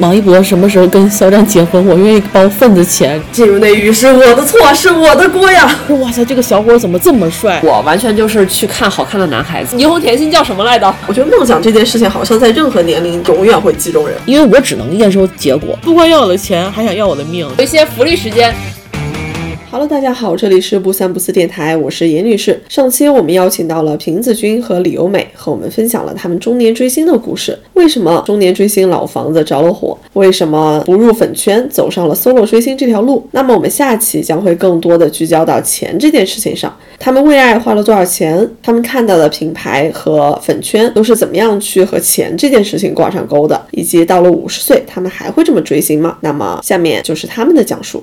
王一博什么时候跟肖战结婚，我愿意包份子钱。进入内娱是我的错，是我的锅呀！我说哇塞，这个小伙怎么这么帅？我完全就是去看好看的男孩子。霓虹甜心叫什么来着？我觉得梦想这件事情好像在任何年龄永远会击中人。因为我只能验收结果，不光要我的钱，还想要我的命。有一些福利时间， Hello，大家好，这里是不三不四电台，我是严女士。上期我们邀请到了瓶子君和李由美，和我们分享了他们中年追星的故事。为什么中年追星老房子着了火？为什么不入粉圈，走上了 solo 追星这条路？那么我们下期将会更多的聚焦到钱这件事情上。他们为爱花了多少钱？他们看到的品牌和粉圈都是怎么样去和钱这件事情挂上钩的？以及到了五十岁，他们还会这么追星吗？那么下面就是他们的讲述。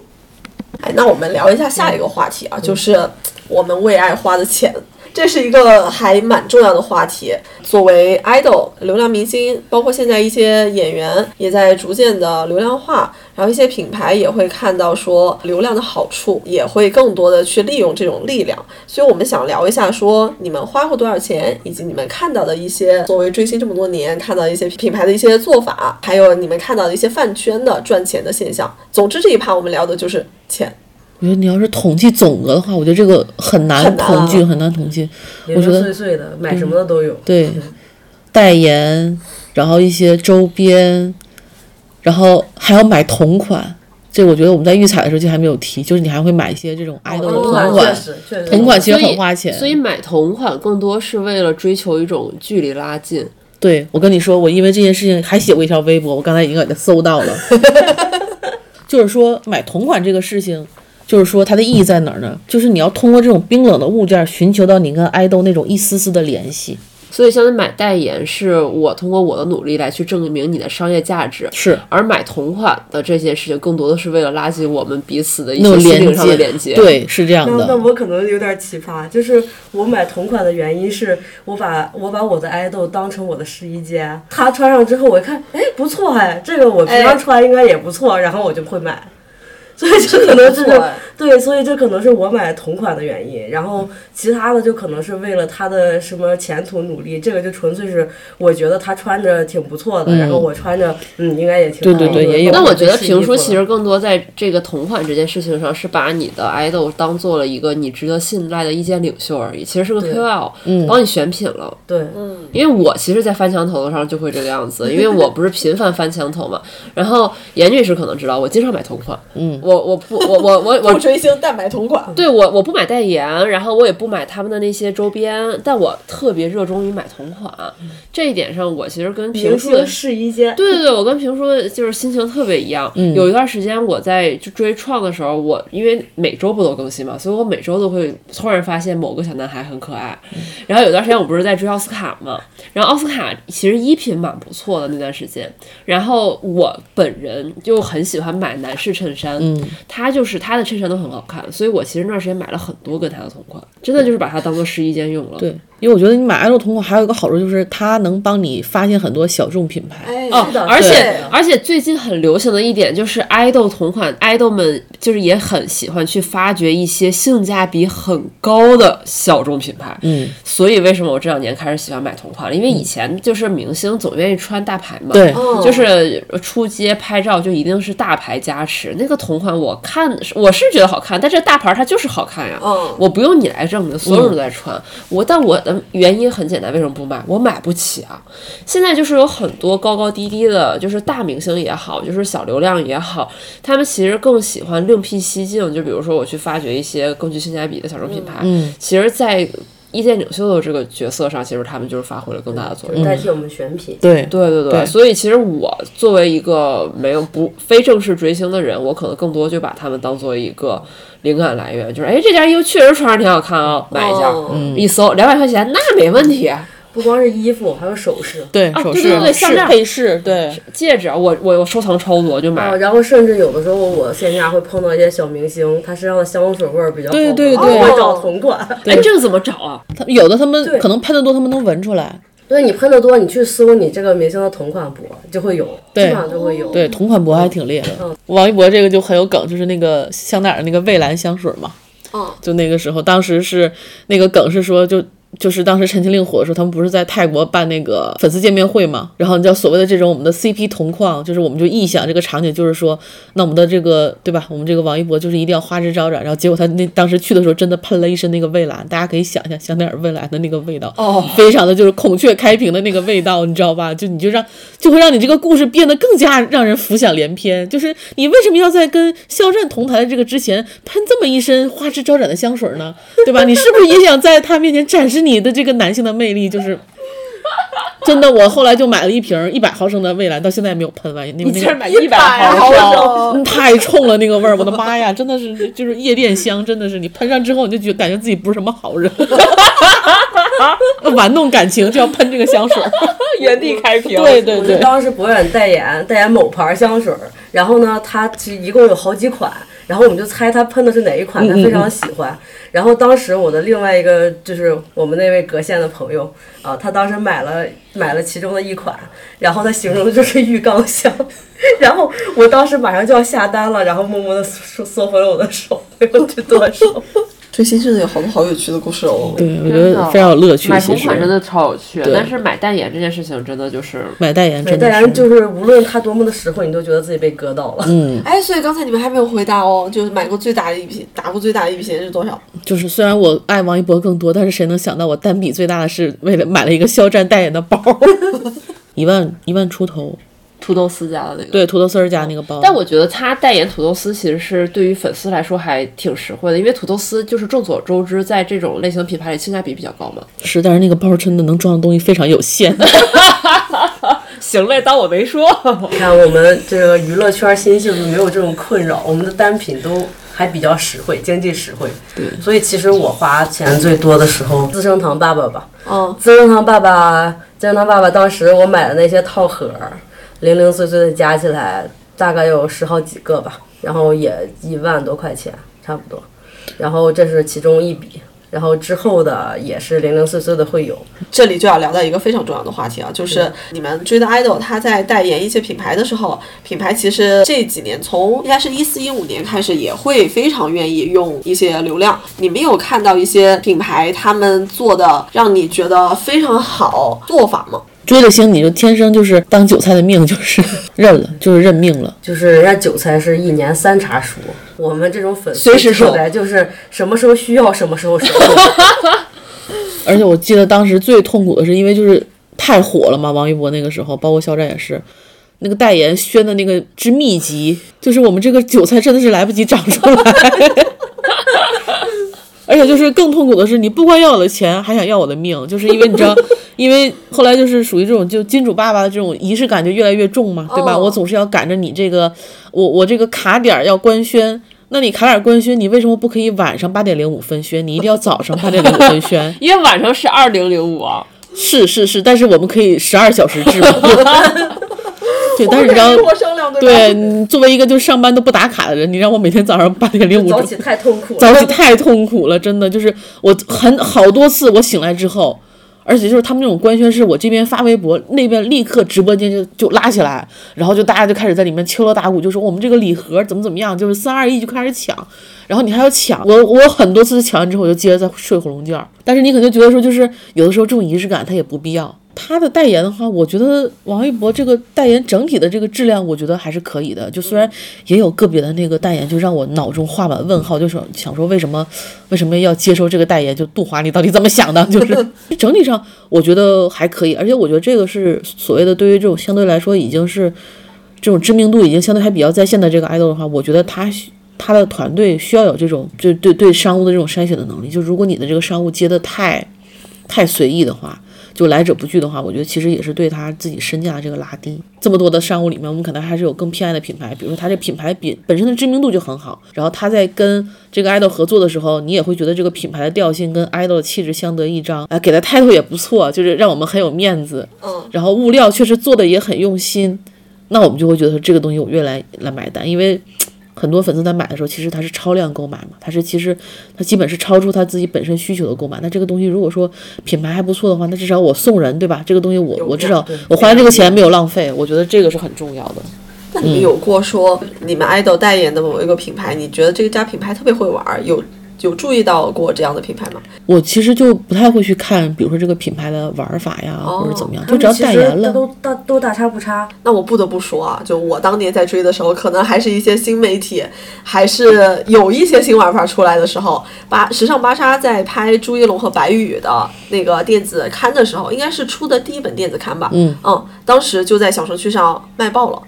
哎，那我们聊一下下一个话题啊，就是我们为爱花的钱，这是一个还蛮重要的话题。作为 idol 流量明星，包括现在一些演员也在逐渐的流量化，然后一些品牌也会看到说流量的好处，也会更多的去利用这种力量。所以我们想聊一下说你们花过多少钱，以及你们看到的一些作为追星这么多年看到的一些品牌的一些做法，还有你们看到的一些饭圈的赚钱的现象。总之这一趴我们聊的就是钱。我觉得你要是统计总额的话，我觉得这个很难很难啊统计，很难统计。零我觉零嗯得碎碎的，买什么的都有。对，代言，然后一些周边，然后还要买同款。这我觉得我们在预采的时候就还没有提，就是你还会买一些这种嗯 idol 的同同款确款，实确实同款其实所以很花钱。所以买同款更多是为了追求一种距离拉近。对我跟你说，我因为这件事情还写过一条微博，我刚才已经给它搜到 了。就是说买同款这个事情，就是说它的意义在哪儿呢？就是你要通过这种冰冷的物件，寻求到你跟 idol 那种一丝丝的联系。所以，相当于买代言是我通过我的努力来去证明你的商业价值，是，而买同款的这件事情更多的是为了拉近我们彼此的一那些心种灵连上的接，连接。，对，是这样那那的。我可能有点奇葩，就是我买同款的原因是我把我把我的爱豆当成我的试衣间，他穿上之后我一看，哎，不错哎，这个我平哎常穿应该也不错，然后我就会买。所以这可能不是错哎对，所以这可能是我买同款的原因，然后其他的就可能是为了他的什么前途努力，这个就纯粹是我觉得他穿着挺不错的，然后我穿着嗯应该也挺对好对的对也有那就我觉得试衣评服书其了实更多在这个同款这件事情上，是把你的 idol 当做了一个你值得信赖的意见领袖而已，其实是个 KOL，帮嗯你选品了。对。因为我其实，在翻墙头上就会这个样子， 因为我不是频繁翻墙头嘛。然后严女士可能知道，我经常买同款。嗯，我我不我我我 不我追星但买同款，对我我不买代言，然后我也不买他们的那些周边，但我特别热衷于买同款。这一点上，我其实跟评明书的星试衣间，对对对，我跟评叔就是心情特别一样。有一段时间我在就追创的时候，我因为每周不都更新嘛，所以我每周都会突然发现某个小男孩很可爱。然后有段时间我不是在追奥斯卡嘛，然后奥斯卡其实衣品蛮不错的那段时间。然后我本人就很喜欢买男士衬衫，他就是他的衬衫都很好看，所以我其实那段时间买了很多跟他的同款，真的就是把它当做试衣间用了。对，因为我觉得你买 idol 同款还有一个好处就是它能帮你发现很多小众品牌。哎，哦是的，而且对而且最近很流行的一点就是爱豆同款，爱豆们就是也很喜欢去发掘一些性价比很高的小众品牌。嗯，所以为什么我这两年开始喜欢买同款了？因为以前就是明星总愿意穿大牌嘛，对哦就是出街拍照就一定是大牌加持。那个同款我看我是觉得好看，但这大牌它就是好看呀。嗯我不用你来证明，所有人都在穿。我但我的原因很简单，为什么不买？我买不起啊。现在就是有很多高高低低的，就是大明星也好，就是小流量也好，他们其实更喜欢另辟蹊径。就比如说我去发掘一些更具性价比的小众品牌，其实，在意见领袖的这个角色上，其实他们就是发挥了更大的作用。嗯代替我们选品。对嗯对对对，对所以其实我作为一个没有不非正式追星的人，我可能更多就把他们当做一个灵感来源，就是哎，这件衣服确实穿上挺好看啊、买一件，哦一搜两百块钱那没问题。不光是衣服，还有首饰。对，啊首对饰、对对对项是链配饰，对，戒指啊我我我收藏超多，就买啊，然后甚至有的时候我线下会碰到一些小明星，他身上的香水味儿比较好对闻，对我对哦会找同款。哎，这个怎么找啊？他有的他们对可能喷的多，他们能闻出来。对你喷的多，你去搜你这个明星的同款博就会有，对基本上就会有。对，同款博还挺烈的。王一博这个就很有梗，就是那个香奈儿那个蔚蓝香水嘛。嗯就那个时候，当时是那个梗是说，就就是当时《陈情令》火的时候，他们不是在泰国办那个粉丝见面会嘛？然后你知道所谓的这种我们的 CP 同框，就是我们就臆想这个场景，就是说，那我们的这个对吧？我们这个王一博就是一定要花枝招展，然后结果他那当时去的时候真的喷了一身那个蔚蓝，大家可以想象香奈儿蔚蓝的那个味道，哦，非常的就是孔雀开屏的那个味道，你知道吧？就你就让就会让你这个故事变得更加让人浮想联翩。就是你为什么要在跟肖战同台的这个之前喷这么一身花枝招展的香水呢？对吧？你是不是也想在他面前展示你的这个男性的魅力？就是。真的，我后来就买了一瓶一百毫升的蔚蓝，到现在也没有喷完。你那个那竟个然买一百毫毫升升， 嗯太冲了那个味儿，我的妈呀，真的是就是夜店香，真的是你喷上之后你就觉感觉自己不是什么好人， 玩弄感情就要喷这个香水儿，原地开瓶。对对 我就对。当时博远代言代言某牌香水儿，然后呢，他其实一共有好几款，然后我们就猜他喷的是哪一款，他非常喜欢。然后当时我的另外一个就是我们那位隔线的朋友啊，他当时买了买了其中的一款，然后他形容的就是浴缸香， 然后我当时马上就要下单了，然后默默的缩缩回了我的手， 没有去剁 手。 追星真的有好多好有趣的故事哦。对，我觉真得的非常有乐趣。买其同实款真的超有趣，对但是买代言这件事情真的就是买代言真的代是言就是无论他多么的实惠，你都觉得自己被割到了。嗯哎，所以刚才你们还没有回答哦，就是买过最大的一笔，打过最大的一笔钱是多少？就是虽然我爱王一博更多，但是谁能想到我单笔最大的是为了买了一个肖战代言的包， 一万一万出头，土豆丝家的那个。对，土豆丝儿家那个包。但我觉得他代言土豆丝其实是对于粉丝来说还挺实惠的，因为土豆丝就是众所周知，在这种类型品牌里性价比比较高嘛。 是，但是那个包真的能装的东西非常有限。行嘞，当我没说。你看，我们这个娱乐圈新进入没有这种困扰，我们的单品都还比较实惠，经济实惠。对，所以其实我花钱最多的时候，资生堂爸爸吧，嗯，资生堂爸爸，资生堂爸爸，当时我买的那些套盒儿，零零碎碎的加起来大概有十好几个吧，然后也一万多块钱差不多，然后这是其中一笔。然后之后的也是零零碎碎的会有，这里就要聊到一个非常重要的话题啊，就是你们追的 idol 他在代言一些品牌的时候，品牌其实这几年从应该是一四一五年开始也会非常愿意用一些流量。你们有看到一些品牌他们做的让你觉得非常好做法 吗？追了星，你就天生就是当韭菜的命，就是 认了，就是认命了。就是人家韭菜是一年三茬熟，我们这种粉丝随时熟韭菜就是什么时候需要什么时候熟。而且我记得当时最痛苦的是，因为就是太火了嘛，王一博那个时候，包括肖战也是，那个代言宣的那个之密集，就是我们这个韭菜真的是来不及长出来。 而且就是更痛苦的是，你不光要我的钱，还想要我的命，就是因为你知道，因为后来就是属于这种就金主爸爸的这种仪式感就越来越重嘛，对吧？哦我总是要赶着你这个，我我这个卡点儿要官宣。那你卡点儿官宣，你为什么不可以晚上八点零五分宣？你一定要早上八点零五分宣？因为晚上是二零零五啊，是是是，但是我们可以十二小时制嘛。对，但是你知道， 商量对，你作为一个就上班都不打卡的人，你让 我每天早上八点零五早起太痛苦了。早起太痛苦了，真的就是我很好多次我醒来之后，而且就是他们那种官宣是我这边发微博，那边立刻直播间就就拉起来，然后就大家就开始在里面敲锣打鼓，就说我们这个礼盒怎么怎么样，就是三二一就开始抢，然后你还要抢，我我很多次抢完之后我就接着再睡回笼觉儿，但是你可能觉得说就是有的时候这种仪式感它也不必要。他的代言的话，我觉得王一博这个代言整体的这个质量，我觉得还是可以的。就虽然也有个别的那个代言，就让我脑中画满问号，就是想说为什么为什么要接受这个代言？就杜华你到底怎么想的？ 就是整体上我觉得还可以，而且我觉得这个是所谓的对于这种相对来说已经是这种知名度已经相对还比较在线的这个 idol 的话，我觉得他需他的团队需要有这种就对对商务的这种筛选的能力。就如果你的这个商务接的太太随意的话，就来者不拒的话，我觉得其实也是对他自己身价的这个拉低。这么多的商务里面，我们可能还是有更偏爱的品牌，比如说他这品牌比本身的知名度就很好，然后他在跟这个 idol 合作的时候，你也会觉得这个品牌的调性跟 idol 的气质相得益彰，啊，给的 title 也不错，就是让我们很有面子。嗯，然后物料确实做的也很用心，那我们就会觉得说这个东西我越来来买单，因为很多粉丝在买的时候，其实他是超量购买嘛，他是其实他基本是超出他自己本身需求的购买。那这个东西如果说品牌还不错的话，那至少我送人对吧？这个东西我我至少对我花这个钱没有浪费，我觉得这个是很重要的。那你们有过说你们 idol 代言的某一个品牌，你觉得这家品牌特别会玩儿，有有注意到过这样的品牌吗？我其实就不太会去看，比如说这个品牌的玩法呀，或者怎么样，就只要哦其代实言了，都大都大差不差。那我不得不说啊，就我当年在追的时候，可能还是一些新媒体，还是有一些新玩法出来的时候。巴时尚芭莎在拍朱一龙和白宇宇的那个电子刊的时候，应该是出的第一本电子刊吧？嗯当时就在小程序上卖爆了。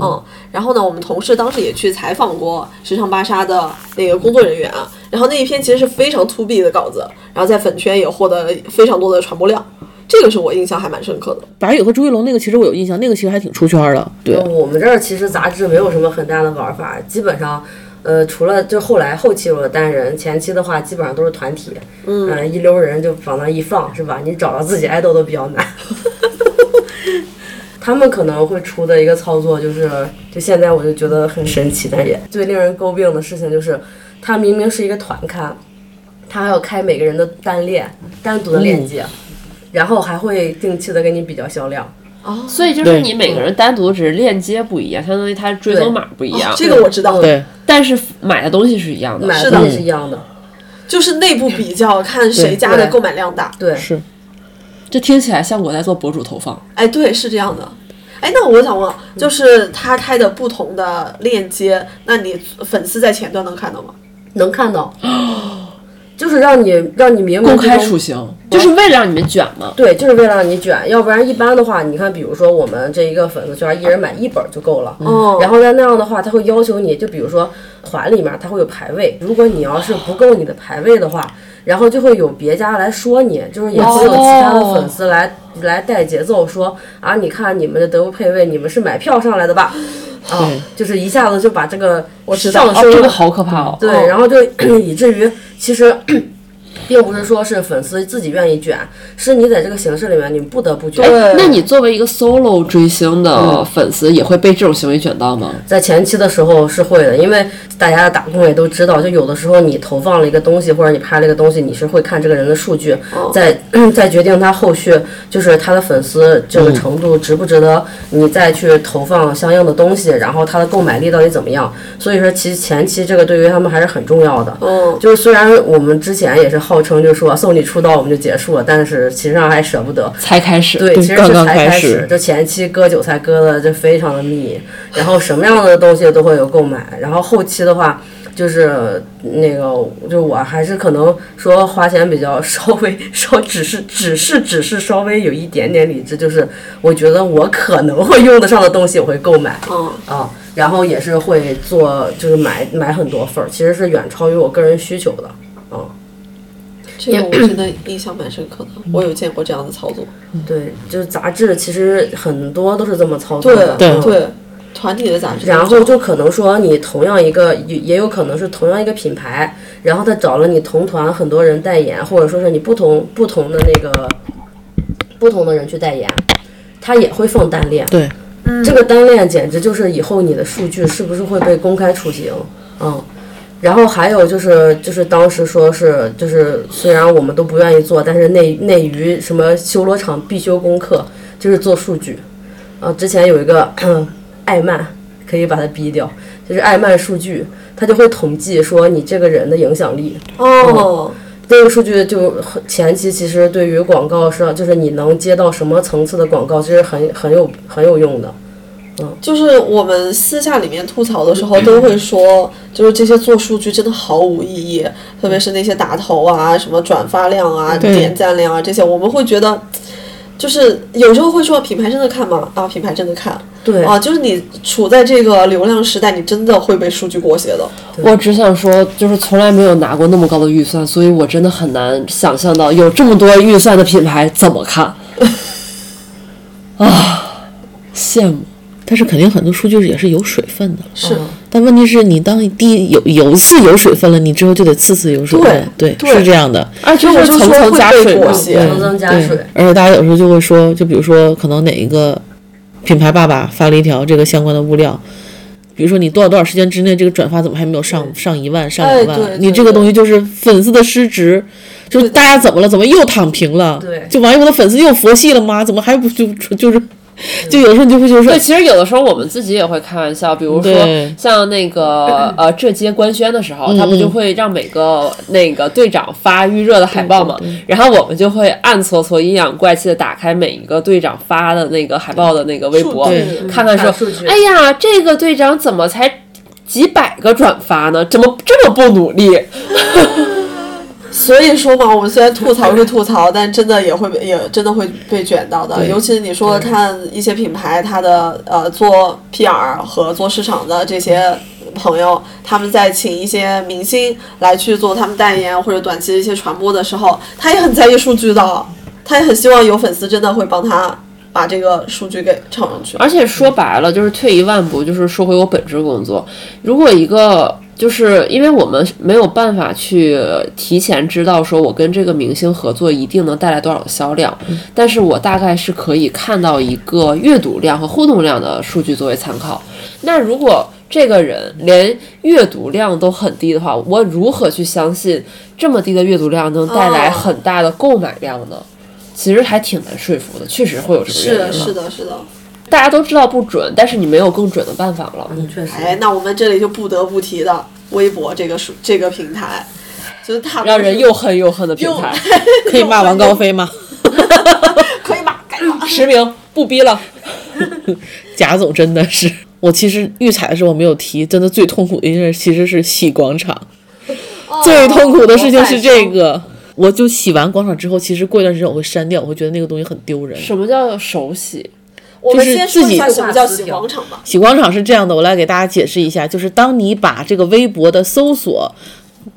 嗯，然后呢，我们同事当时也去采访过时尚芭莎的那个工作人员啊，然后那一篇其实是非常 to B 的稿子，然后在粉圈也获得了非常多的传播量，这个是我印象还蛮深刻的。白宇和朱一龙那个其实我有印象，那个其实还挺出圈的，对，我们这儿其实杂志没有什么很大的玩法，基本上。呃，除了就后来后期我单人，前期的话基本上都是团体，嗯、一溜人就往那一放，是吧？你找到自己爱豆都比较难。 他们可能会出的一个操作就是，就现在我就觉得很神奇，但也最令人诟病的事情就是，它明明是一个团刊，它还要开每个人的单链、单独的链接，然后还会定期的给你比较销量。所以就是你每个人单独只是链接不一样，相当于它追踪码不一样，哦这个我知道，对，但是买的东西是一样的。买是的的东西是一样的，就是内部比较，看谁家的购买量大。对，是这听起来像我在做博主投放。哎，对，是这样的。哎，那我想问，就是他开的不同的链接，那你粉丝在前端能看到吗？能看到， 就是让你让你明白公这开种处刑，就是为了让你们卷嘛。对，就是为了让你卷，要不然一般的话，你看，比如说我们这一个粉丝圈，一人买一本就够了。嗯哦嗯然后在那样的话，他会要求你，就比如说团里面他会有排位，如果你要是不够你的排位的话，然后就会有别家来说你，就是也会有其他的粉丝来来带节奏说啊，你看你们的德国配位，你们是买票上来的吧？啊，就是一下子就把这个我知道上哦，升这了个好可怕哦！对，然后就 以至于其实 并不是说是粉丝自己愿意卷，是你在这个形式里面你不得不卷。对那你作为一个 solo 追星的粉丝，也会被这种行为卷到吗？在前期的时候是会的，因为大家打工也都知道，就有的时候你投放了一个东西或者你拍了一个东西，你是会看这个人的数据，再 再决定他后续就是他的粉丝这个程度值不值得你再去投放相应的东西，然后他的购买力到底怎么样。所以说，其实前期这个对于他们还是很重要的。嗯，就是虽然我们之前也是号称就说送你出道我们就结束了，但是其实上还舍不得。才开始，对，其实刚是刚才开开始始，就前期割韭菜割的就非常的密，然后什么样的东西都会有购买，然后后期的话就是那个，就我还是可能说花钱比较 稍微稍只是只是只是稍微有一点点理智，就是我觉得我可能会用得上的东西我会购买，嗯啊，然后也是会做就是买买很多份儿，其实是远超于我个人需求的。这个我真的印象蛮深刻的，我有见过这样的操作。对，就是杂志其实很多都是这么操作对的。嗯对，团体的杂志。然后就可能说你同样一个也也有可能是同样一个品牌，然后他找了你同团很多人代言，或者说是你不同不同的那个不同的人去代言，他也会放单链。对，这个单链简直就是以后你的数据是不是会被公开处刑？嗯，然后还有就是就是当时说是就是虽然我们都不愿意做，但是内内娱什么修罗场必修功课就是做数据。啊，之前有一个 艾曼，可以把它逼掉，就是艾曼数据，它就会统计说你这个人的影响力，嗯哦，这个数据就很前期其实对于广告上，就是你能接到什么层次的广告，其实很很有很有用的。就是我们私下里面吐槽的时嗯候，都会说，就是这些做数据真的毫无意义，特别是那些打头啊、什么转发量啊、嗯对点赞量啊这些，我们会觉得，就是有时候会说品牌真的看吗？啊，品牌真的看。对啊，就是你处在这个流量时代，你真的会被数据裹挟的。我只想说，就是从来没有拿过那么高的预算，所以我真的很难想象到有这么多预算的品牌怎么 看啊，羡慕。但是肯定很多数据也是有水分的，是，嗯但问题是你当你第一有有一次有水分了，你之后就得次次有水分，对，对是这样的，啊，就我是就层说层会加被水裹嘛挟对层层加对水，而且大家有时候就会说，就比如说可能哪一个品牌爸爸发了一条这个相关的物料。比如说你多少多少时间之内，这个转发怎么还没有上上一万、上两万？哎对你这个东西就是粉丝的失职，就是大家怎么了？怎么又躺平了？对就王一博的粉丝又佛系了吗？怎么还不就就是嗯就有时候你就会觉得说对，，其实有的时候我们自己也会开玩笑，比如说对嗯像那 个呃浙街官宣的时候，他不就会让每个那个队长发预热的海报嘛？然后我们就会暗搓搓、阴阳怪气的打开每一个队长发的那个海报的那个微博对，看看说打数据，哎呀，这个队长怎么才几百个转发呢？怎么这么不努力？所以说嘛，我虽然吐槽是吐槽，但真的也会被也真的会被卷到的。对尤其是你说的看一些品牌，它的呃做 PR 和做市场的这些朋友，他们在请一些明星来去做他们代言或者短期的一些传播的时候，他也很在意数据的，他也很希望有粉丝真的会帮他把这个数据给炒上去。而且说白了，就是退一万步，就是说回我本职工作。如果一个就是因为我们没有办法去提前知道说我跟这个明星合作一定能带来多少的销量，嗯但是我大概是可以看到一个阅读量和互动量的数据作为参考。那如果这个人连阅读量都很低的话，我如何去相信这么低的阅读量能带来哦很大的购买量呢？其实还挺难说服的，确实会有这个是原因的，的。是的，是的。大家都知道不准，但是你没有更准的办法了。嗯确实，哎，那我们这里就不得不提的微博这个数这个平台，就是它让人又恨又恨的平台，可以骂王高飞吗？可以吧？该吧。实名不逼了。 贾总真的是，我其实预采的时候我没有提，真的最痛苦的一件事其实是洗广场，最痛苦的事情是这个。我就洗完广场之后，其实过一段时间我会删掉，我会觉得那个东西很丢 人。什么叫手洗？我们先说一下就是自己什么叫洗广场吧。洗广场是这样的，我来给大家解释一下，就是当你把这个微博的搜索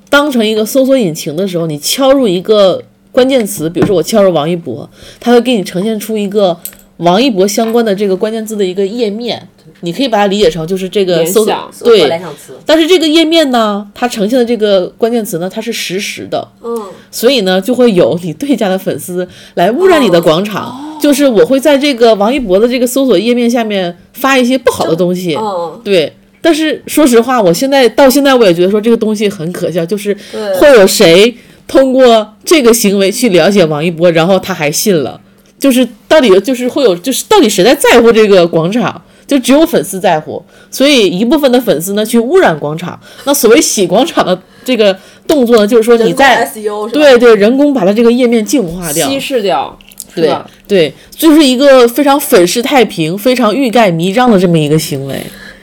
当成一个搜索引擎的时候，你敲入一个关键词，比如说我敲入王一博，它会给你呈现出一个王一博相关的这个关键字的一个页面，你可以把它理解成就是这个联搜想对做联想词，但是这个页面呢，它呈现的这个关键词呢，它是实时的，嗯，所以呢，就会有你对家的粉丝来污染你的广场。就是我会在这个王一博的这个搜索页面下面发一些不好的东西，嗯，对。但是说实话，我现在到现在我也觉得说这个东西很可笑，就是对会有谁通过这个行为去了解王一博，然后他还信了，就是到底就是会有就是到底谁在在乎这个广场？就只有粉丝在乎，所以一部分的粉丝呢去污染广场。那所谓洗广场的这个动作呢，就是说你在人工 SEO 是吧？对对人工把它这个页面净化掉，稀释掉，是对吧？对，就是一个非常粉饰太平、非常欲盖弥彰的这么一个行为。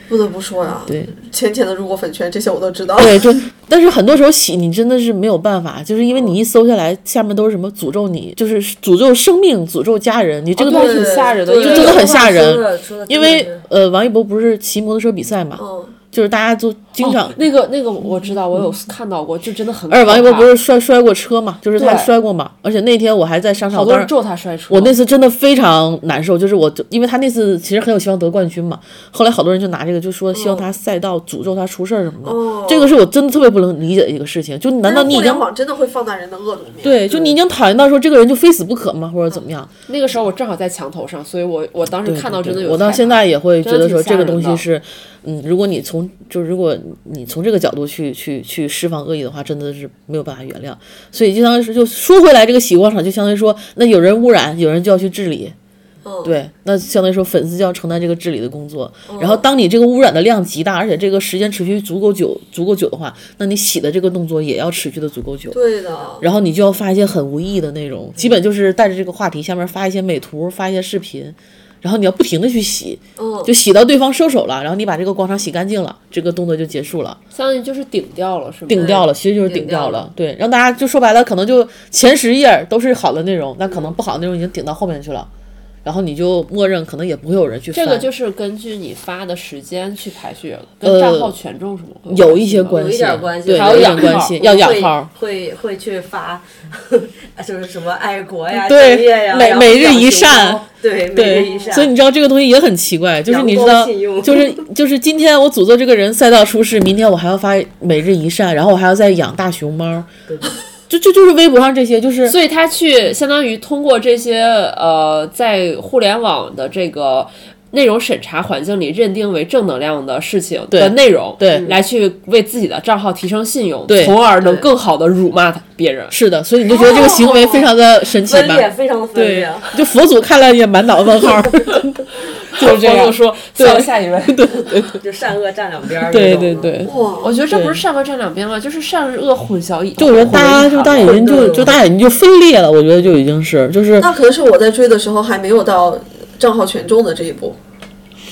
不得不说呀，对，浅浅的入过粉圈，这些我都知道。对，就但是很多时候洗你真的是没有办法，就是因为你一搜下来，下面都是什么诅咒你，就是诅咒生命、诅咒家人，你这个哦东对西挺吓人的对就真的很吓人说的说的因真的为是呃，王一博不是骑摩托车比赛嘛，嗯，就是大家就经常。哦那个那个我知道，我有看到过，就真的很可怕。而且王一博不是摔摔过车嘛，就是他对摔过嘛，而且那天我还在商场，好我多当人时咒他摔车。我那次真的非常难受，就是我就因为他那次其实很有希望得冠军嘛，后来好多人就拿这个就说希嗯望他赛道诅咒他出事儿什么的，哦这个是我真的特别不能理解的一个事情。就难道嗯你已互经联网真的会放大人的恶毒面？对，就你已经讨厌到说这个人就非死不可吗，或者怎么样？那个时候我正好在墙头上，所以我我当时嗯看到真的有害怕。我到现在也会觉得说这个真东西的挺吓是，嗯，如果你从就如果你从这个角度去去去释放恶意的话，真的是没有办法原谅。所以就相当于是就说回来，这个洗广场就相当于说，那有人污染，有人就要去治理。嗯对，那相当于说粉丝就要承担这个治理的工作。然后，当你这个污染的量极大，而且这个时间持续足够久、足够久的话，那你洗的这个动作也要持续的足够久。对的，然后你就要发一些很无意义的内容，基本就是带着这个话题下面发一些美图，发一些视频，然后你要不停的去洗，嗯就洗到对方收手了，然后你把这个广场洗干净了，这个动作就结束了，相当于就是顶掉了，是吗？顶掉了，其实就是顶掉了，对，让大家就说白了，可能就前十页都是好的内容，那可能不好的内容已经顶到后面去了，然后你就默认可能也不会有人去翻，这个就是根据你发的时间去排序，跟账号权重什么会有一些关系吗关系，有一点关系对，还有有一点养关号系，我要养会号。会会去发， 就是什么爱国呀、对敬业呀，每然后每日养一熊善猫，对，每日对一，善，所以你知道这个东西也很奇怪，就是你知道阳光信，用就是就是今天我诅咒这个人赛道出事，明天我还要发每日一善，然后我还要再养大熊猫，就就就是微博上这些， 就是 所以他去相当于通过这些呃，在互联网的这个内容审查环境里认定为正能量的事情对的内容，嗯对来去为自己的账号提升信用，对从而能更好的辱骂他别人。是的，所以你就觉得这个行为非常的神奇分吧？裂非常的分对裂。，就佛祖看了也满脑问 号，就是这我样就。说， 对算了，下一位。就善恶站两 边儿那对种的。对对，我觉得这不是善恶站两边吗？就是善恶混淆一。就我觉得大家就大眼睛对就对就大眼睛就分裂了，我觉得就已经是就是那可能是我在追的时候还没有到账号权重的这一步，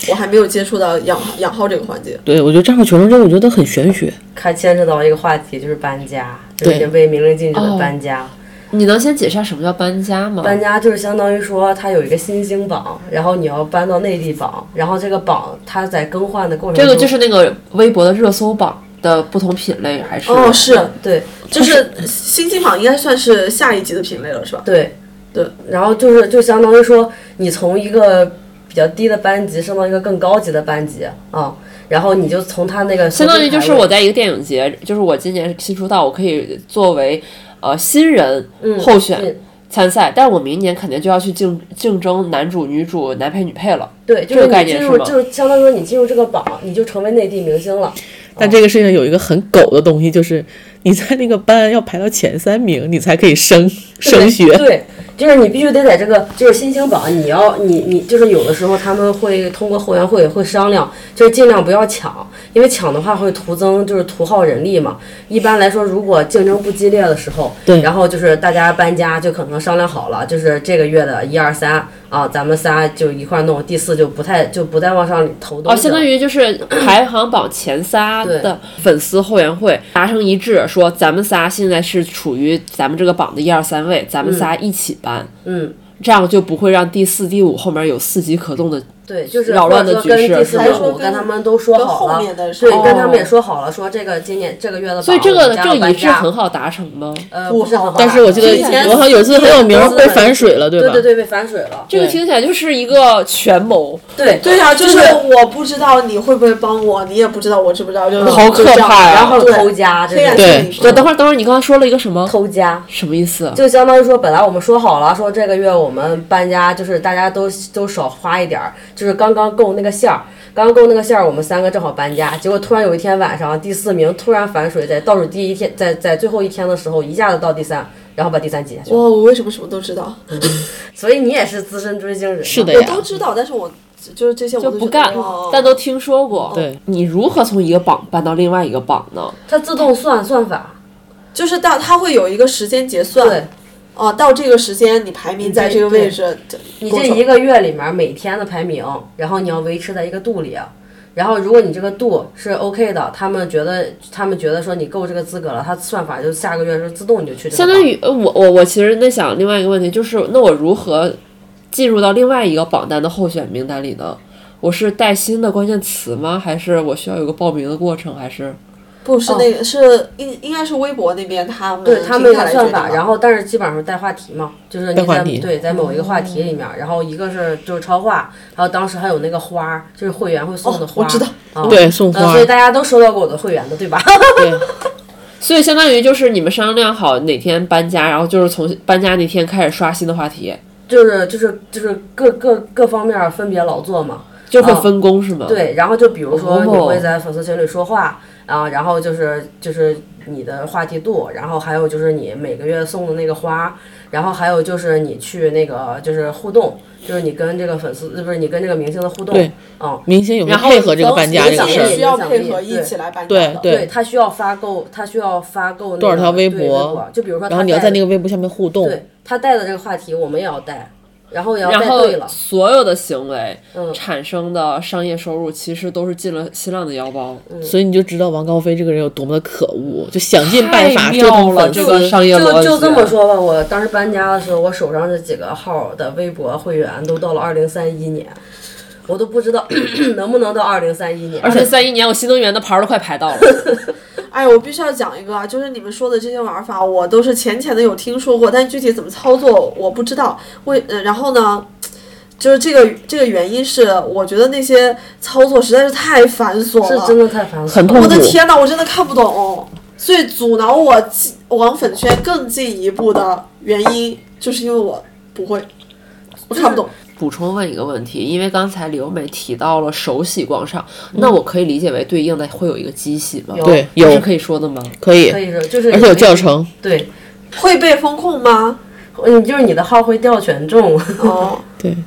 我还没有接触到养养号这个环节。对我觉得账号权重这个我觉得很玄学，还牵扯到一个话题，就是搬家，就对是一些被明令禁止哦的搬家。你能先解释下什么叫搬家吗？搬家就是相当于说，它有一个新兴榜，然后你要搬到内地榜，然后这个榜它在更换的过程中，这个就是那个微博的热搜榜的不同品类，还是哦，是，对就是新金榜应该算是下一级的品类了，是吧？对对，然后就是就相当于说，你从一个比较低的班级升到一个更高级的班级啊，然后你就从它那个相当于就是我在一个电影节，就是我今年新出道，我可以作为呃新人候选嗯参赛，但我明年肯定就要去竞竞争男主、女主、男配、女配了。对，就这是个概你念进是入吗就是相当于说你进入这个榜，你就成为内地明星了。但这个事情有一个很狗的东西，就是你在那个班要排到前三名，你才可以升升学。对，就是你必须得在这个就是新兴榜，你要你你就是有的时候他们会通过后援会会商量，就是尽量不要抢，因为抢的话会徒增就是徒耗人力嘛。一般来说，如果竞争不激烈的时候，对然后就是大家搬家就可能商量好了，就是这个月的一二三啊，咱们仨就一块儿弄，第四就不太就不再往上投东哦，西相当了于就是排行榜前仨对的粉丝后援会达成一致，说咱们仨现在是处于咱们这个榜的一二三位，咱们仨一起搬，嗯，这样就不会让第四、第五后面有四级可动的。对，就是扰乱或者的说局势跟第四还是个说五跟跟他们都说跟好后了面的，是对，吧跟他们也说好了，说这个今年这个月的，所以这个这这个一致很好达成吗？呃，不是很好打。但是我记得之前我好像有一次很有名公司被的反水了，对对吧？对对，被反水了。这个听起来就是一个权谋，对对呀、就是是我不知道你会不会帮我，你也不知道我知不知道，就是好可怕呀然后对偷家，这黑暗个对森林对，等会儿，等会儿，你刚才说了一个什么？偷家。什么意思？就相当于说，本来我们说好了，说这个月我们搬家，就是大家都都少花一点儿，就是刚刚够那个线儿，刚刚够那个线儿，我们三个正好搬家。结果突然有一天晚上，第四名突然反水，在倒数第一天，在在最后一天的时候，一下子到第三，然后把第三挤下去了。哇，我为什么什么都知道？所以你也是资深追星人嘛，是的我呀，都知道，但是我就是这些我就都不觉得干哦，但都听说过。对，你如何从一个榜搬到另外一个榜呢？它自动算算法，就是到它会有一个时间结对算，哦，到这个时间你排名在这个位置，你你这一个月里面每天的排名，然后你要维持在一个度里。啊然后，如果你这个度是 OK 的，他们觉得他们觉得说你够这个资格了，他算法就下个月是自动你就去这个相榜。当于呃我我我其实在想另外一个问题，就是那我如何进入到另外一个榜单的候选名单里呢？我是带新的关键词吗？还是我需要有个报名的过程？还是不是那个是应应该是微博那边他们哦对他们嗯停有下来算决定法，吧然后但是基本上是带话题嘛，就是带你话在题对在某一个话题里面，然后一个是就是超话，还有当时还有那个花儿，就是会员会送的哦花我儿。知道啊、对送嗯呃花所以大家都收到过我的会员的，对吧？ 对，所以相当于就是你们商量好哪天搬家，然后就是从搬家那天开始刷新的话题，就是就是就是各各各方面分别劳作嘛。就会分工、是吗？，对，然后就比如说哦你会在粉丝群里说话，啊，然后就是就是你的话题度，然后还有就是你每个月送的那个花，然后还有就是你去那个就是互动，就是你跟这个粉丝不是你跟这个明星的互动，对嗯，明星有没有然后配合这个搬家都这个是事也儿需？要配合一起来搬家对的。对他需要发够，他需要发够、那个、多少条微对博就比如说他带的，然后你要在那个微博下面互动，对他带的这个话题，我们也要带，然后也要然带后对了，所有的行为嗯产生的商业收入，其实都是进了新浪的腰包。所以你就知道王高飞这个人有多么的可恶，就想尽办法太折妙腾了，粉这个丝。商业逻就辑。就这啊么说吧，我当时搬家的时候，我手上这几个号的微博会员都到了二零三一年，我都不知道 能不能到二零三一年。而且三一年我新能源的牌儿都快排到了，哎，我必须要讲一个，啊，就是你们说的这些玩法，我都是浅浅的有听说过，但具体怎么操作我不知道。为、呃、然后呢，就是这个这个原因是，我觉得那些操作实在是太繁琐了，是真的太烦了，很痛我的苦天呐，我真的看不懂。最阻挠我进往粉圈更进一步的原因，就是因为我不会，我看不懂。 补充问一个问题，因为刚才刘美提到了手洗广场，那我可以理解为对应的会嗯有一个机洗吗？有对，这有是可以说的吗？可以可，以说就是而且有你教程，对，会被风控吗？嗯，就是你的号会掉权重，哦，对，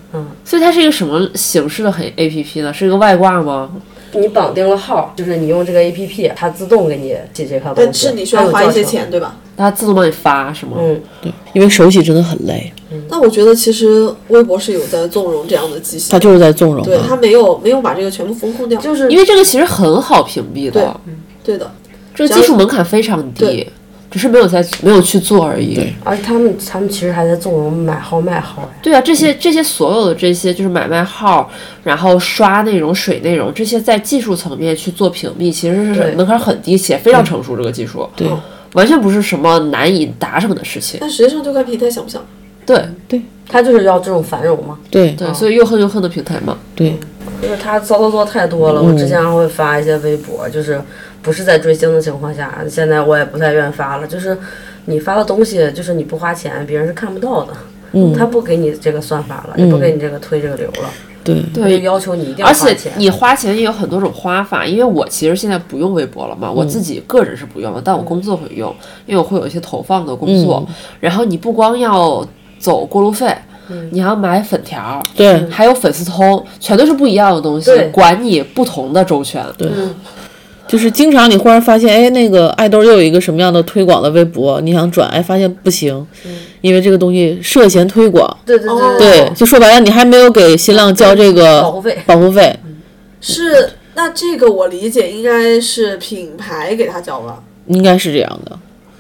所以它是一个什么形式的很 A P P 呢？是一个外挂吗？ 你绑定了号，就是你用这个 A P P，它自动给你写这套东西，但是你需要它有花一教些程。钱，对吧？它自动帮你发是吗？嗯，因为手洗真的很累，那我觉得其实微博是有在纵容这样的机型它，就是在纵容啊对嘛它没有没有把这个全部风控掉，就是因为这个其实很好屏蔽的，对的。这个技术门槛非常低对，只是没有在没有去做而已。对而且他们他们其实还在纵容买号卖号呀。对啊，这些这些所有的这些就是买卖号，然后刷内容、水内容，这些在技术层面去做屏蔽，其实是对门槛很低且非常成熟。这个技术对完全不是什么难以达成的事情。但实际上就看平台想不想。对他就是要这种繁荣嘛，对对，所以又恨又恨的平台嘛。对，就是他骚操作太多了。我之前还会发一些微博，就是不是在追星的情况下，现在我也不太愿意发了。就是你发的东西，就是你不花钱，别人是看不到的。嗯，他不给你这个算法了，也不给你这个推这个流了，对，他就要求你一定要而花且钱。你花钱也有很多种花法，因为我其实现在不用微博了嘛，我自己个人是不用的，但我工作会用，因为我会有一些投放的工作。然后你不光要走过路费，你还要买粉条儿，对还有粉丝通，全都是不一样的东西对，管你不同的周全。对，就是经常你忽然发现，哎，那个爱豆又有一个什么样的推广的微博，你想转，哎，发现不行，因为这个东西涉嫌推广。对对哦对对，就说白了，你还没有给新浪交这个保护费保护费，是，那这个我理解应该是品牌给他交了，应该是这样的。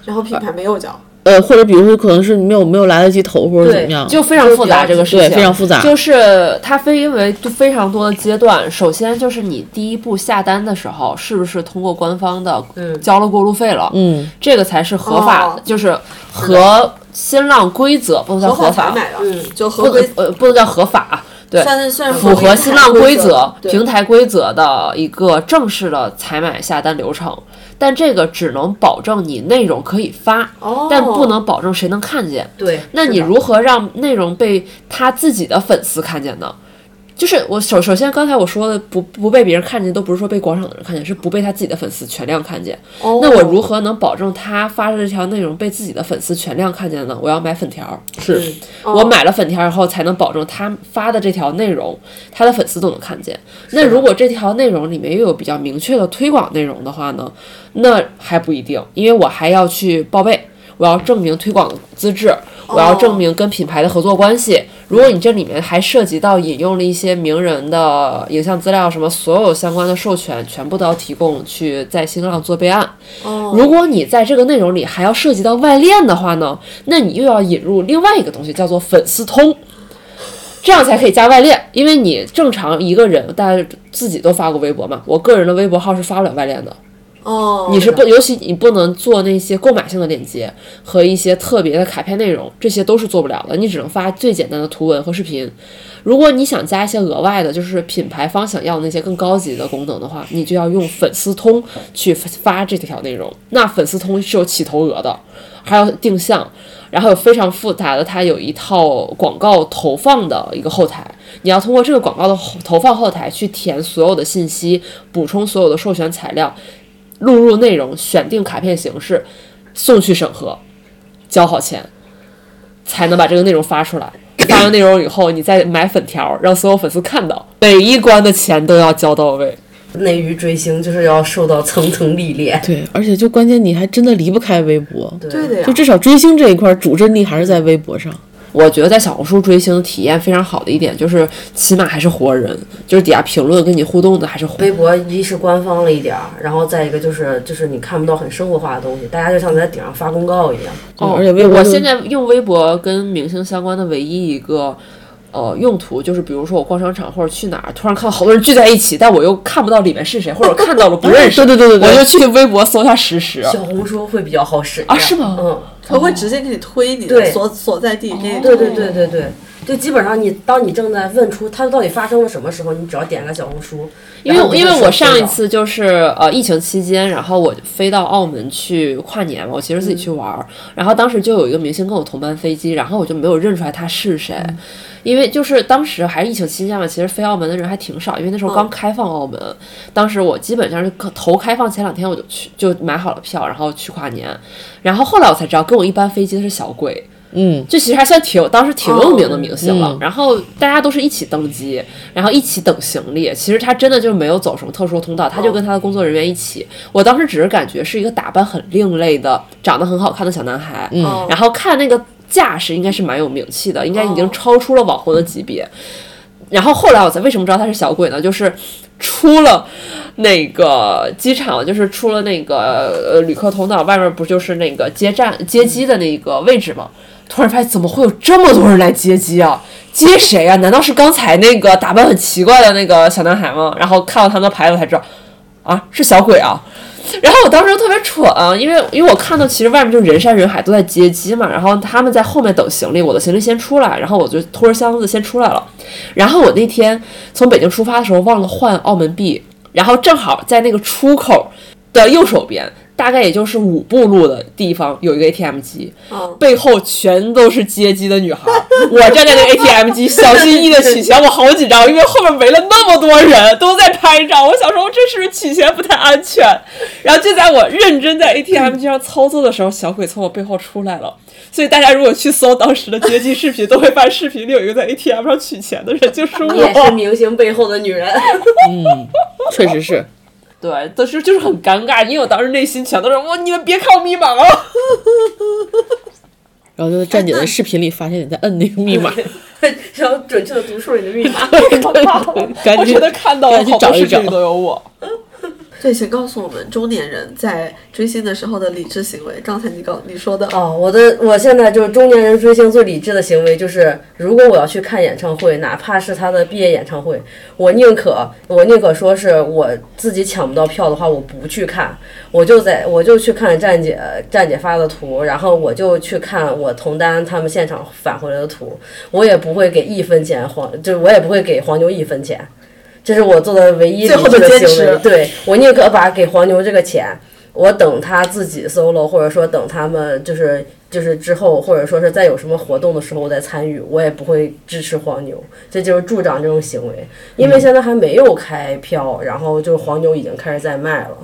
然后品牌没有交。呃，或者比如说可能是没有没有来得及投或者对怎么样，就非常复杂这个事情，对非常复杂就是它分因为就非常多的阶段，首先就是你第一步下单的时候，是不是通过官方的交了过路费了？嗯，这个才是合法的，哦就是和新浪规则不能叫合才法，买的，嗯，就不合能规，呃不能叫合法，对，算是算是符合新浪规规则、对平台规则的一个正式的采买下单流程，但这个只能保证你内容可以发，哦但不能保证谁能看见。对，那你是的如何让内容被他自己的粉丝看见呢？就是我首首先刚才我说的不不被别人看见，都不是说被广场的人看见，是不被他自己的粉丝全量看见。哦那我如何能保证他发的这条内容被自己的粉丝全量看见呢？我要买粉条，是、我买了粉条以后才能保证他发的这条内容，他的粉丝都能看见。那如果这条内容里面又有比较明确的推广内容的话呢，那还不一定，因为我还要去报备，我要证明推广资质，我要证明跟品牌的合作关系。如果你这里面还涉及到引用了一些名人的影像资料，什么所有相关的授权全部都要提供去在新浪做备案。如果你在这个内容里还要涉及到外链的话呢，那你又要引入另外一个东西，叫做粉丝通。这样才可以加外链，因为你正常一个人，大家自己都发过微博嘛。我个人的微博号是发不了外链的，哦，你是不，尤其你不能做那些购买性的链接和一些特别的卡片内容，这些都是做不了的。你只能发最简单的图文和视频。如果你想加一些额外的，就是品牌方想要的那些更高级的功能的话，你就要用粉丝通去发这条内容。那粉丝通是有起投额的，还有定向，然后有非常复杂的，它有一套广告投放的一个后台，你要通过这个广告的后投放后台去填所有的信息，补充所有的授权材料，录入内容，选定卡片形式，送去审核，交好钱，才能把这个内容发出来。发完内容以后，你再买粉条，让所有粉丝看到，每一关的钱都要交到位。内娱追星就是要受到层层历练。对，而且就关键你还真的离不开微博，对啊的呀就，至少追星这一块儿主阵地还是在微博上。我觉得在小红书追星体验非常好的一点，就是起码还是活人，就是底下评论跟你互动的还是活微博一是官方了一点儿，然后再一个就是就是你看不到很生活化的东西，大家就像在顶上发公告一样。对哦，而且微博啊我就现在用微博跟明星相关的唯一一个呃用途，就是比如说我逛商场或者去哪儿，突然看到好多人聚在一起，但我又看不到里面是谁，或者看到了不 认识，哎对对对对对我就去微博搜一下实时。小红书会比较好使一点啊啊是吗嗯，他会直接给你推你的哦对所所在地那嗯对对对对对，就基本上你当你正在问出它到底发生了什么时候，你只要点个小红书，因然后为你因就为能我搜得上一到次就是呃疫情期间，然后我飞到澳门去跨年嘛，我其实自己去玩儿，然后当时就有一个明星跟我同班飞机，然后我就没有认出来他是谁，嗯因为就是当时还是疫情期间嘛，其实飞澳门的人还挺少，因为那时嗯候刚开放澳门，当时我基本上是头开放前两天我就去就买好了票，然后去跨年，然后后来我才知道跟我一班飞机的是小鬼，嗯，就其实还算挺有当时挺有名的明星了。哦嗯然后大家都是一起登机，然后一起等行李。其实他真的就没有走什么特殊通道，他就跟他的工作人员一起。我当时只是感觉是一个打扮很另类的、长得很好看的小男孩。哦然后看那个架势，应该是蛮有名气的，应该已经超出了网红的级别。然后后来我才为什么知道他是小鬼呢？就是出了那个机场，就是出了那个呃旅客通道外面，不就是那个接站接机的那个位置吗？突然发现怎么会有这么多人来接机啊？接谁啊？难道是刚才那个打扮很奇怪的那个小男孩吗？然后看到他们的牌子才知道，啊，是小鬼啊。然后我当时就特别蠢、啊，因为因为我看到其实外面就人山人海都在接机嘛，然后他们在后面等行李，我的行李先出来，然后我就拖着箱子先出来了。然后我那天从北京出发的时候忘了换澳门币，然后正好在那个出口的右手边，大概也就是五步路的地方有一个 ATM 机，哦背后全都是接机的女孩儿。 我站在那个 ATM 机，小心翼翼的取钱，我好紧张，因为后面围了那么多人都在拍照，我想说这是不是取钱不太安全？然后就在我认真在 ATM 机上操作的时候，小鬼从我背后出来了。所以大家如果去搜当时的接机视频，都会发现视频里有一个在 ATM 上取钱的人，就是 你也是我。明星背后的女人。 确实是。对，但是就是很尴尬，因为我当时内心全都是我，你们别看我密码啊了。然后就在站姐的视频里发现你在摁那个密码，然后准确的读出了你的密码。赶 我紧真的看到了赶紧好多找一视频找里都有我。这些告诉我们中年人在追星的时候的理智行为。刚才你告你说的，哦，我的我现在就是中年人追星最理智的行为就是，如果我要去看演唱会，哪怕是他的毕业演唱会，我宁可我宁可说是我自己抢不到票的话，我不去看，我就在我就去看站姐站姐发的图，然后我就去看我同单他们现场返回来的图，我也不会给一分钱黄，就是我也不会给黄牛一分钱，这是我做的唯一理最后的智坚行持为。对我宁可把给黄牛这个钱。我等他自己 solo，或者说等他们就是就是之后，或者说是再有什么活动的时候我再参与，我也不会支持黄牛，这就是助长这种行为。因嗯为现在还没有开票，然后就黄牛已经开始在卖了。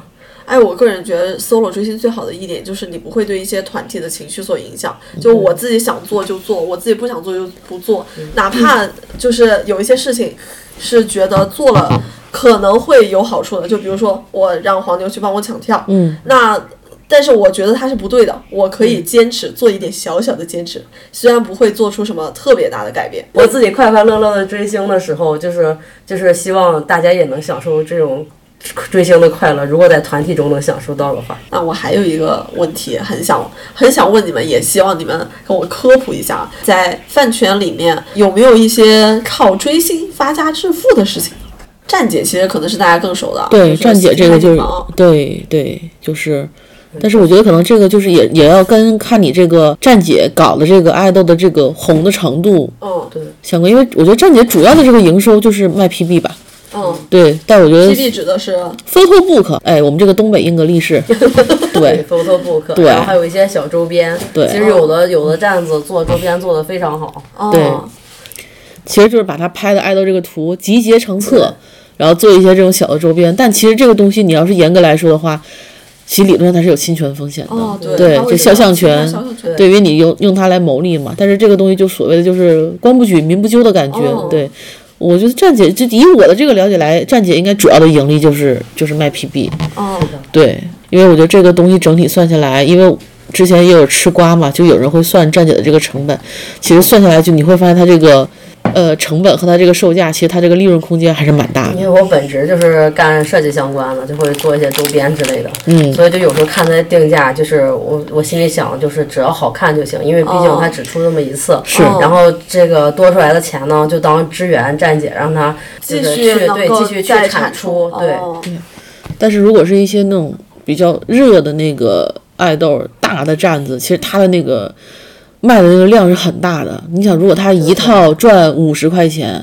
哎，我个人觉得 solo 追星最好的一点就是你不会对一些团体的情绪所影响。就我自己想做就做，我自己不想做就不做，哪怕就是有一些事情是觉得做了可能会有好处的，就比如说我让黄牛去帮我抢票，嗯，那。但是我觉得他是不对的，我可以坚持做一点小小的坚持，虽然不会做出什么特别大的改变。我自己快快乐乐的追星的时候，就是就是希望大家也能享受这种追星的快乐。如果在团体中能享受到的话，那我还有一个问题，很想很想问你们，也希望你们跟我科普一下，在饭圈里面有没有一些靠追星发家致富的事情？站姐其实可能是大家更熟的，对，就是站姐这个就是喜欢你们啊对对，就是，但是我觉得可能这个就是也也要跟看你这个站姐搞的这个爱豆的这个红的程度嗯相关，因为我觉得站姐主要的这个营收就是卖 PB 吧，嗯对，但我觉得，PB 指的是 photobook，哎，我们这个东北英格力 士，对 photo book，对然后还有一些小周边。对其实有的有的站子做周边做的非常好。对哦，其实就是把他拍的爱豆这个图集结成册，然后做一些这种小的周边。但其实这个东西你要是严格来说的话，其实理论上它是有侵权风险的。哦对对它会就有肖像侵犯权肖像权对于你用用它来牟利嘛。但是这个东西就所谓的就是官不举民不究的感觉。哦对，我觉得站姐就以我的这个了解来，站姐应该主要的盈利就是就是卖 PB。哦，对，因为我觉得这个东西整体算下来，因为之前也有吃瓜嘛，就有人会算站姐的这个成本，其实算下来就你会发现它这个呃成本和它这个售价，其实它这个利润空间还是蛮大的。因为我本职就是干设计相关的，就会做一些周边之类的，嗯所以就有时候看它的定价，就是我我心里想，就是只要好看就行，因为毕竟哦它只出这么一次，是然后这个多出来的钱呢，就当支援站姐，让她就是继去续能对够继续去再产出，对，哦但是如果是一些那种比较热的那个爱豆大的站子，其实它的那个卖的这个量是很大的。你想，如果他一套赚五十块钱，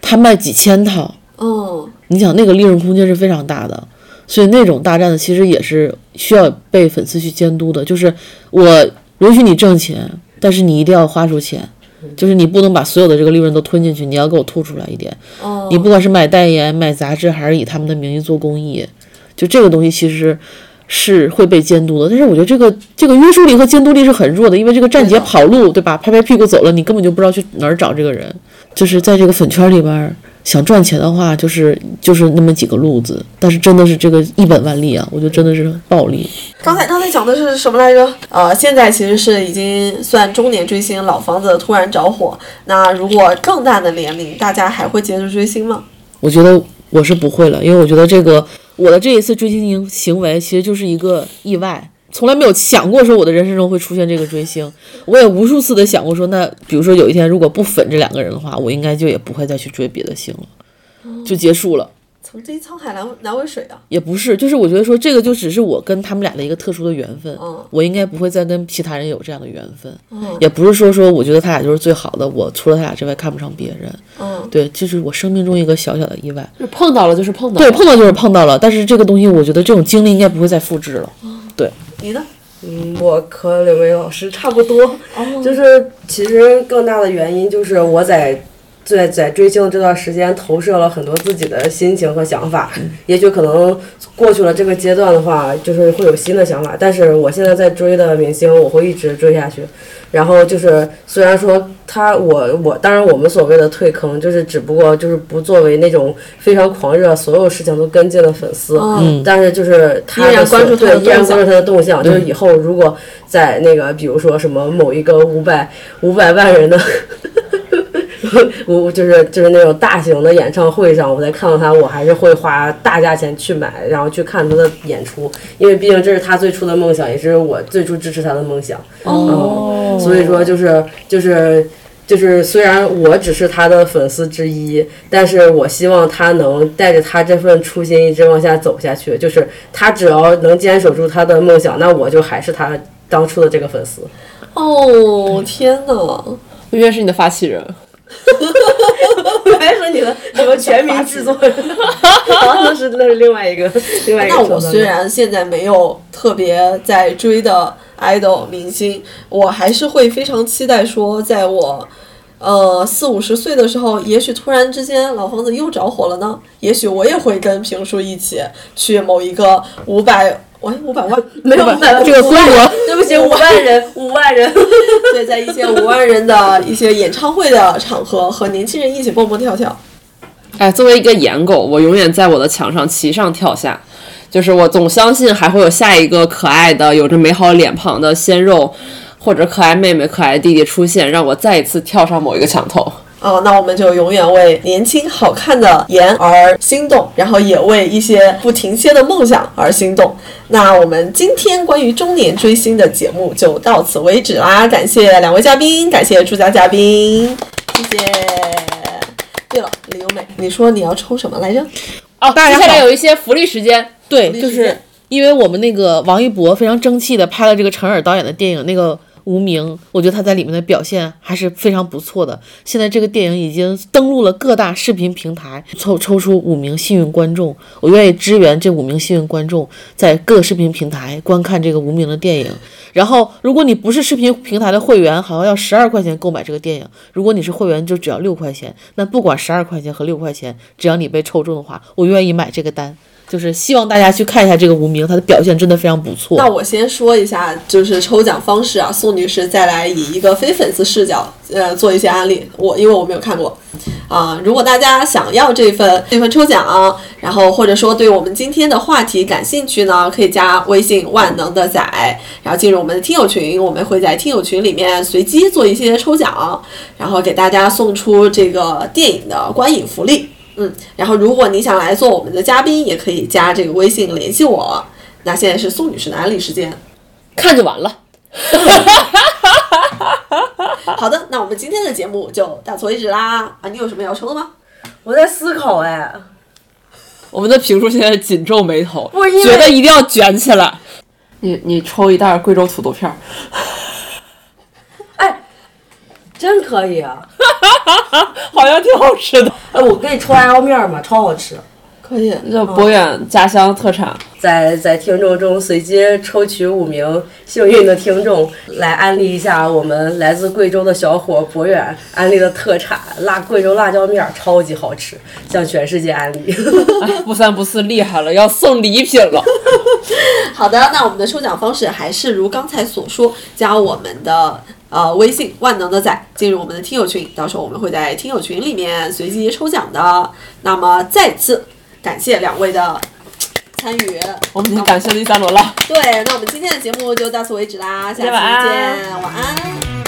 他卖几千套，嗯哦，你想那个利润空间是非常大的，所以那种大站子其实也是需要被粉丝去监督的，就是我允许你挣钱，但是你一定要花出钱，就是你不能把所有的这个利润都吞进去，你要给我吐出来一点。哦你不管是买代言、买杂志，还是以他们的名义做公益，就这个东西其实。是会被监督的，但是我觉得这个这个约束力和监督力是很弱的，因为这个站姐对的跑路，对吧？拍拍屁股走了，你根本就不知道去哪儿找这个人。就是在这个粉圈里边儿，想赚钱的话，就是就是那么几个路子，但是真的是这个一本万利啊，我觉得真的是 暴利。刚才刚才讲的是什么来着？呃，现在其实是已经算中年追星，老房子突然着火。那如果更大的年龄，大家还会接着追星吗？我觉得我是不会了，因为我觉得这个我的这一次追星行行为其实就是一个意外，从来没有想过说我的人生中会出现这个追星。我也无数次的想过说，那比如说有一天如果不粉这两个人的话，我应该就也不会再去追别的星了，就结束了。曾经沧海难难为水啊！也不是，就是我觉得说这个就只是我跟他们俩的一个特殊的缘分，嗯我应该不会再跟其他人有这样的缘分，也不是说说我觉得他俩就是最好的，我除了他俩之外看不上别人，嗯对，这是我生命中一个小小的意外，就碰到了就是碰到对，了，碰到就是碰到了，但是这个东西我觉得这种经历应该不会再复制了，你呢？嗯，我和刘维老师差不多， 就是其实更大的原因就是我在。在在追星的这段时间，投射了很多自己的心情和想法。也许可能过去了这个阶段的话，就是会有新的想法。但是我现在在追的明星，我会一直追下去。然后就是，虽然说他我我，当然我们所谓的退坑，就是只不过就是不作为那种非常狂热，所有事情都跟进的粉丝。嗯但是就是他的依然关注所他的对依然动向嗯关注他的动向，就是以后如果在那个比如说什么某一个五百五百万人的。我就是就是那种大型的演唱会上，我再看到他，我还是会花大价钱去买，然后去看他的演出，因为毕竟这是他最初的梦想，也是我最初支持他的梦想。哦，所以说就是就是就是，虽然我只是他的粉丝之一，但是我希望他能带着他这份初心一直往下走下去。就是他只要能坚守住他的梦想，那我就还是他当初的这个粉丝。哦，天哪！永远是你的发起人。 我还说你的什么全民制 作人，那是那是另外一个另外一个那创造者。我虽然现在没有特别在追的 idol 明星，我还是会非常期待说，在我呃四五十岁的时候，也许突然之间老房子又着火了呢，也许我也会跟评叔一起去某一个五百。喂，五百万 没有五百万这个规模，对不起，五万人，五万人。对，在一些五万人的一些演唱会的场合，和年轻人一起蹦蹦跳跳。哎，作为一个颜狗，我永远在我的墙上骑上跳下，就是我总相信还会有下一个可爱的、有着美好脸庞的鲜肉，或者可爱妹妹、可爱弟弟出现，让我再一次跳上某一个墙头。哦，那我们就永远为年轻好看的颜而心动，然后也为一些不停歇的梦想而心动。那我们今天关于中年追星的节目就到此为止啦，感谢两位嘉宾，感谢朱家嘉宾，谢谢。对了，李优美，你说你要抽什么来着？哦，大家接下来好有一些福利时间，对，历就史是线因为我们那个王一博非常争气的拍了这个陈耳导演的电影，那个。无名，我觉得他在里面的表现还是非常不错的。现在这个电影已经登陆了各大视频平台，抽抽出五名幸运观众。我愿意支援这五名幸运观众在各个视频平台观看这个无名的电影。然后，如果你不是视频平台的会员，好像要十二块钱购买这个电影；如果你是会员，就只要六块钱。那不管十二块钱和六块钱，只要你被抽中的话，我愿意买这个单。就是希望大家去看一下这个无名，他的表现真的非常不错。那我先说一下，就是抽奖方式啊，宋女士再来以一个非粉丝视角，呃，做一些案例。我因为我没有看过，啊、如果大家想要这份这份抽奖啊，然后或者说对我们今天的话题感兴趣呢，可以加微信万能的仔，然后进入我们的听友群，我们会在听友群里面随机做一些抽奖，然后给大家送出这个电影的观影福利。嗯，然后如果你想来做我们的嘉宾，也可以加这个微信联系我。那现在是宋女士的案例时间。看就完了。好的，那我们今天的节目就到此为止啦。啊，你有什么要说的吗？我在思考哎，我们的评述现在紧皱眉头，不是因为觉得一定要卷起来。你你抽一袋贵州土豆片儿，哎，真可以啊！ 好像挺好吃的。哎，我给你抽辣椒面儿嘛，超好吃。可以，这博远家乡特产，在在听众中随机抽取五名幸运的听众，来安利一下我们来自贵州的小伙博远安利的特产辣贵州辣椒面儿，超级好吃，向全世界安利。 哎不三不四厉害了，要送礼品了。好的，那我们的抽奖方式还是如刚才所说，加我们的呃微信“万能的仔”，进入我们的听友群，到时候我们会在听友群里面随机抽奖的。那么再次感谢两位的参与，我们已经 感谢了一三轮了。对，那我们今天的节目就到此为止啦，下期晚安见，晚安